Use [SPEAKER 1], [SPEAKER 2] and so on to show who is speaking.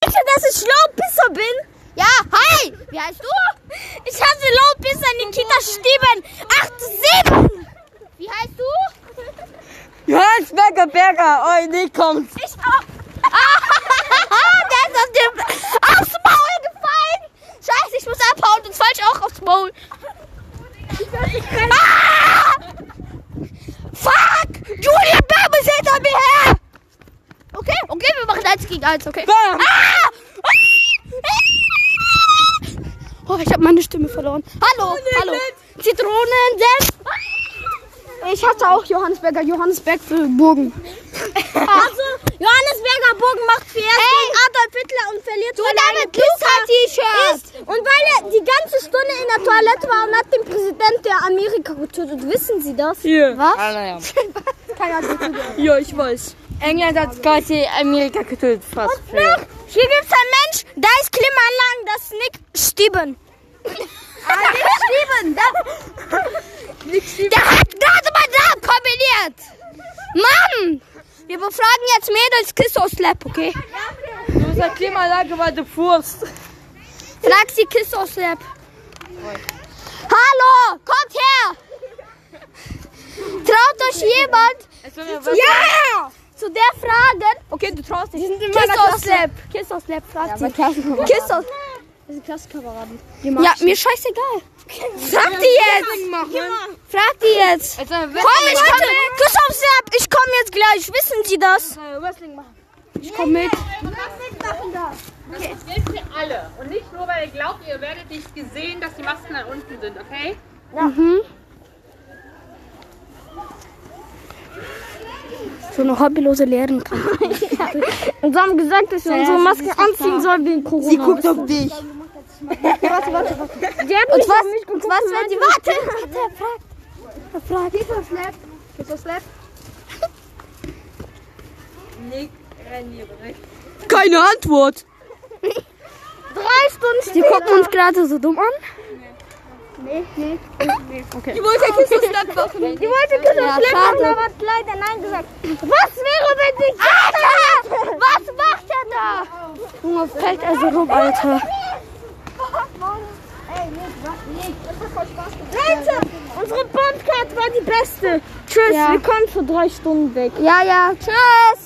[SPEAKER 1] dass ich Laubpisser bin?
[SPEAKER 2] Ja, hi! Wie heißt du?
[SPEAKER 1] Ich hasse Laubpisser Nikita Stieben. 87!
[SPEAKER 2] Wie heißt du?
[SPEAKER 3] Johannes Becker, Berger, oh, nee, kommt.
[SPEAKER 1] Ich auch.
[SPEAKER 2] Der ist aus dem aufs Maul gefallen! Scheiße, ich muss abhauen, sonst fall ich auch aufs Maul. Ah! Fuck! Julia Bam ist hinter mir her! Okay, okay, wir machen eins gegen eins, okay?
[SPEAKER 3] Bam!
[SPEAKER 2] Oh, ich habe meine Stimme verloren.
[SPEAKER 1] Oh,
[SPEAKER 2] Hallo, hallo. Zitronensenf. Ich hatte auch Johannesberger, Johannesberg für Burgen.
[SPEAKER 1] Also, Johannesberger Burgen macht zuerst gegen Adolf Hitler und verliert
[SPEAKER 2] Du damit Luca-T-Shirt.
[SPEAKER 1] ist. Und weil er die ganze Stunde in der Toilette war und hat den Präsidenten der Amerika getötet. Wissen Sie das?
[SPEAKER 3] Hier.
[SPEAKER 2] Was?
[SPEAKER 3] Ah, naja.
[SPEAKER 1] Keiner hat getötet.
[SPEAKER 3] Ja, ich weiß. England hat quasi Amerika getötet, fast.
[SPEAKER 1] Noch, hier gibt's einen Mensch, da ist Klimaanlagen, das ist Nick Stieben. ah, Nick Stieben, da.
[SPEAKER 2] Der hat gerade mein Namen kombiniert. Mann! Wir befragen jetzt Mädels Kiss or Slap, okay?
[SPEAKER 3] Unser Klimaanlage war der Furst.
[SPEAKER 2] Frag sie Kiss or Slap. Hallo, kommt her! Traut euch jemand ja! zu der Fragen? Okay, du traust dich. Kiss or Slap. Kiss or Slap, fragt sie. Kiss or
[SPEAKER 1] Das sind Klassenkameraden.
[SPEAKER 2] Ja, mir scheißegal. Frag die jetzt. Frag die jetzt.
[SPEAKER 1] Komm, ich komm mit. Küss auf Serb, ich komm jetzt gleich. Wissen Sie das?
[SPEAKER 2] Ich komm mit.
[SPEAKER 4] Das gilt für alle. Und nicht nur, weil ihr glaubt, ihr werdet nicht gesehen, dass die Masken da unten sind, okay?
[SPEAKER 2] So eine hobbylose Lehren kann.
[SPEAKER 1] Und sie haben gesagt, dass wir unsere Masken anziehen sollen wegen Corona.
[SPEAKER 3] Sie guckt auf dich.
[SPEAKER 1] Die hat mich was, mich geguckt, was
[SPEAKER 2] Wenn sie warten.
[SPEAKER 3] Keine Antwort.
[SPEAKER 1] drei Stunden
[SPEAKER 2] Die gucken uns gerade so dumm an.
[SPEAKER 3] Die wollte ja Kiss und Slap machen.
[SPEAKER 1] Die wollte Küss auf
[SPEAKER 2] Ja,
[SPEAKER 1] Serb machen,
[SPEAKER 2] schade.
[SPEAKER 1] aber hat leider Nein gesagt. Was wäre, wenn sie Alter! Was macht er da?
[SPEAKER 2] Junge, fällt er so rum, Alter.
[SPEAKER 1] Leute, unsere Bondcard war die beste. Tschüss,
[SPEAKER 2] Ja.
[SPEAKER 1] wir kommen für drei Stunden weg.
[SPEAKER 2] Ja, ja. Tschüss.